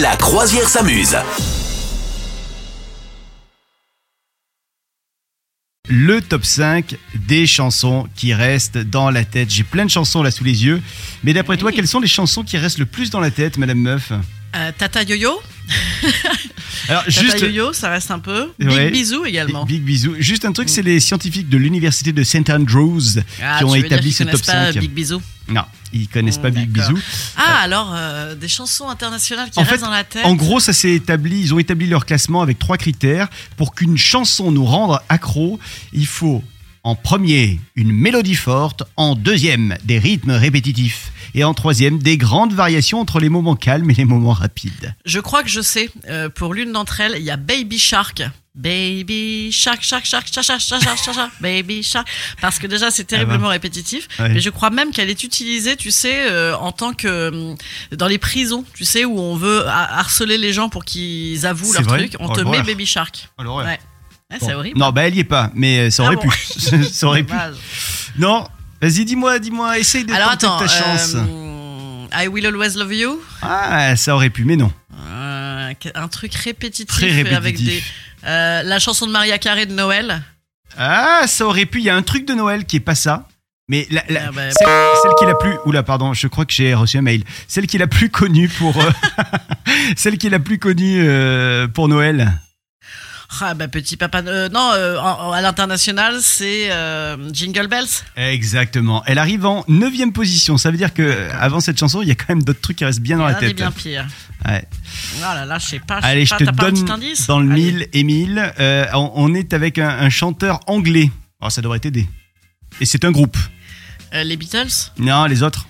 La croisière s'amuse. le top 5 des chansons qui restent dans la tête. J'ai plein de chansons là sous les yeux. Mais d'après toi, quelles sont les chansons qui restent le plus dans la tête, Madame Meuf Euh, Tata Yo-Yo. Alors, Tata juste. Yo-Yo, ça reste un peu. Big Ouais. Bisou également. Mm. Big bisou. Juste un truc, c'est les scientifiques de l'université de St. Andrews Ah, qui ont tu veux établi dire qu'ils ce top connaissent pas 5. Big Bisou. Non, ils connaissent Oh, pas Big d'accord. Bisou. Ah, alors, euh, des chansons internationales qui En restent fait, dans la tête. En gros, ça s'est établi. Ils ont établi leur classement avec trois critères pour qu'une chanson nous rende accro. Il faut en premier une mélodie forte, en deuxième des rythmes répétitifs et en troisième des grandes variations entre les moments calmes et les moments rapides. Je crois que je sais. euh, pour l'une d'entre elles, il y a Baby Shark. Baby Shark, Shark, Shark, Shark, Shark, Shark, Shark, Shark, Shark, Baby Shark. Parce que déjà, Ah c'est terriblement ben. répétitif. Ouais. Mais je crois même qu'elle est utilisée, tu sais, euh, en tant que. euh, dans les prisons, tu sais, où on veut ha- harceler les gens pour qu'ils avouent C'est leur vrai truc. On Oh, te met l'horreur. Baby Shark. Ouais. Ah, Bon. C'est horrible. Non, bah elle y est pas, mais ça Ah aurait bon. pu. ça aurait pu. Dommage. Non, vas-y, dis-moi, dis-moi, essaye de Alors tenter attends, ta chance. euh, I Will Always Love You, Ah, ça aurait pu, mais non. Euh, un truc répétitif, Très et avec des, répétitif. euh, la chanson de Maria Carré de Noël. Ah, ça aurait pu. Il y a un truc de Noël qui est pas ça. Mais la, la- Ah bah. celle, celle qui est la plus. Oula, pardon, je crois que j'ai reçu un mail. Celle qui est la plus connue pour. euh, celle qui est la plus connue euh, pour Noël. Ah bah petit papa, euh, non, euh, en- en- à l'international c'est euh, Jingle Bells. Exactement. Elle arrive en 9 position. Ça veut dire que euh, avant cette chanson, il y a quand même d'autres trucs qui restent bien dans la Rien n'est tête. eh bien pire. Ouais. Ah là là, je sais pas. je sais Allez, je pas, te t'as pas un donne petit indice dans le Allez. mille et mille. Euh, on, on est avec un, un chanteur anglais. Alors, ça devrait t'aider. Et c'est un groupe. Euh, les Beatles. Non, les autres.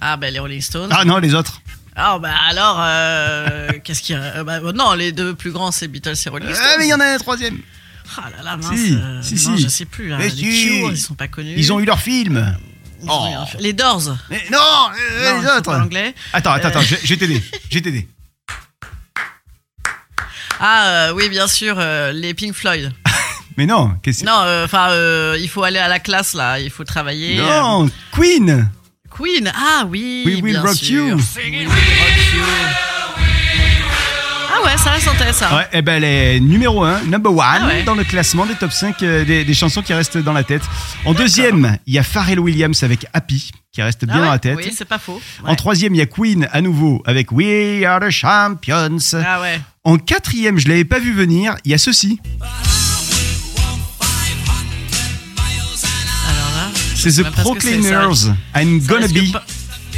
Ah bah les Rolling Stones. Ah non, les autres. Ah bah alors, euh, qu'est-ce qu'il y a Euh, bah, Non, les deux plus grands c'est Beatles et Rolling Stones. Ah, mais il y en a un troisième. Ah là là, mince. Si, euh, si, non, si. je sais plus. hein, Mais les si. Cure, ils sont pas connus. Ils ont eu leur film. Ils ont Oh. eu un film. Les Doors. Non, Mais non, euh, ils les sont autres. pas anglais. Attends, attends, Euh. attends, je, je vais t'aider. Je vais t'aider. Ah euh, oui, bien sûr, euh, les Pink Floyd. Mais non, qu'est-ce Non, euh, enfin, euh, il faut aller à la classe là, il faut travailler. Euh, Non, Queen. Queen. Ah oui. We Will bien Rock sûr. You. We Will Rock You. Ah ouais, ça ressentait ça. Ouais, eh ben elle est numéro 1, number 1 Ah ouais. dans le classement des top 5 euh, des, des chansons qui restent dans la tête. En deuxième, il y a Pharrell Williams avec Happy qui reste bien Ah ouais, dans la tête. Oui, c'est pas faux. En Ouais. troisième, il y a Queen à nouveau avec We Are the Champions. Ah ouais. En quatrième, je l'avais pas vu venir, il y a ceci. Alors là. C'est sais The même pas ce que c'est, ça. Proclaimers. I'm ça gonna risque be. pas-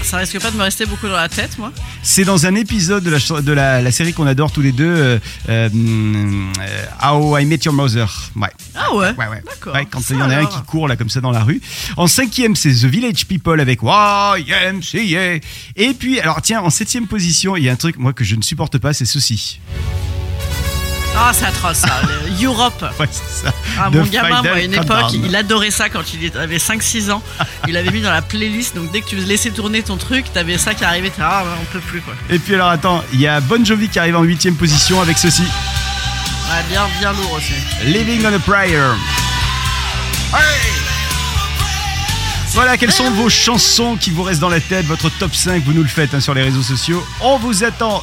Ça risque pas de me rester beaucoup dans la tête, moi. C'est dans un épisode de la, ch- de la, la série qu'on adore tous les deux, euh, euh, hum, euh, How I Met Your Mother. Ouais, Ah ouais. ouais, ouais. D'accord. Ouais, quand Ça il y en a un alors. qui court là comme ça dans la rue. En cinquième, c'est The Village People avec YMCA. Et puis, alors tiens, en septième position, il y a un truc moi que je ne supporte pas, c'est ceci. Ah, c'est atroce ça. le- Europe. Ouais, c'est ça. Ah, The mon gamin, moi, à une Final époque, Countdown. il adorait ça quand il avait 5-6 ans. Il avait mis dans la playlist, donc dès que tu laissais tourner ton truc, t'avais ça qui arrivait. t'es, Ah, on peut plus quoi. Et puis alors attends, il y a Bon Jovi qui arrive en huitième position avec ceci. Ouais, bien, bien lourd aussi. Living on a Prayer. Voilà, quelles sont vos chansons qui vous restent dans la tête, votre top 5, vous nous le faites hein, sur les réseaux sociaux. On vous attend.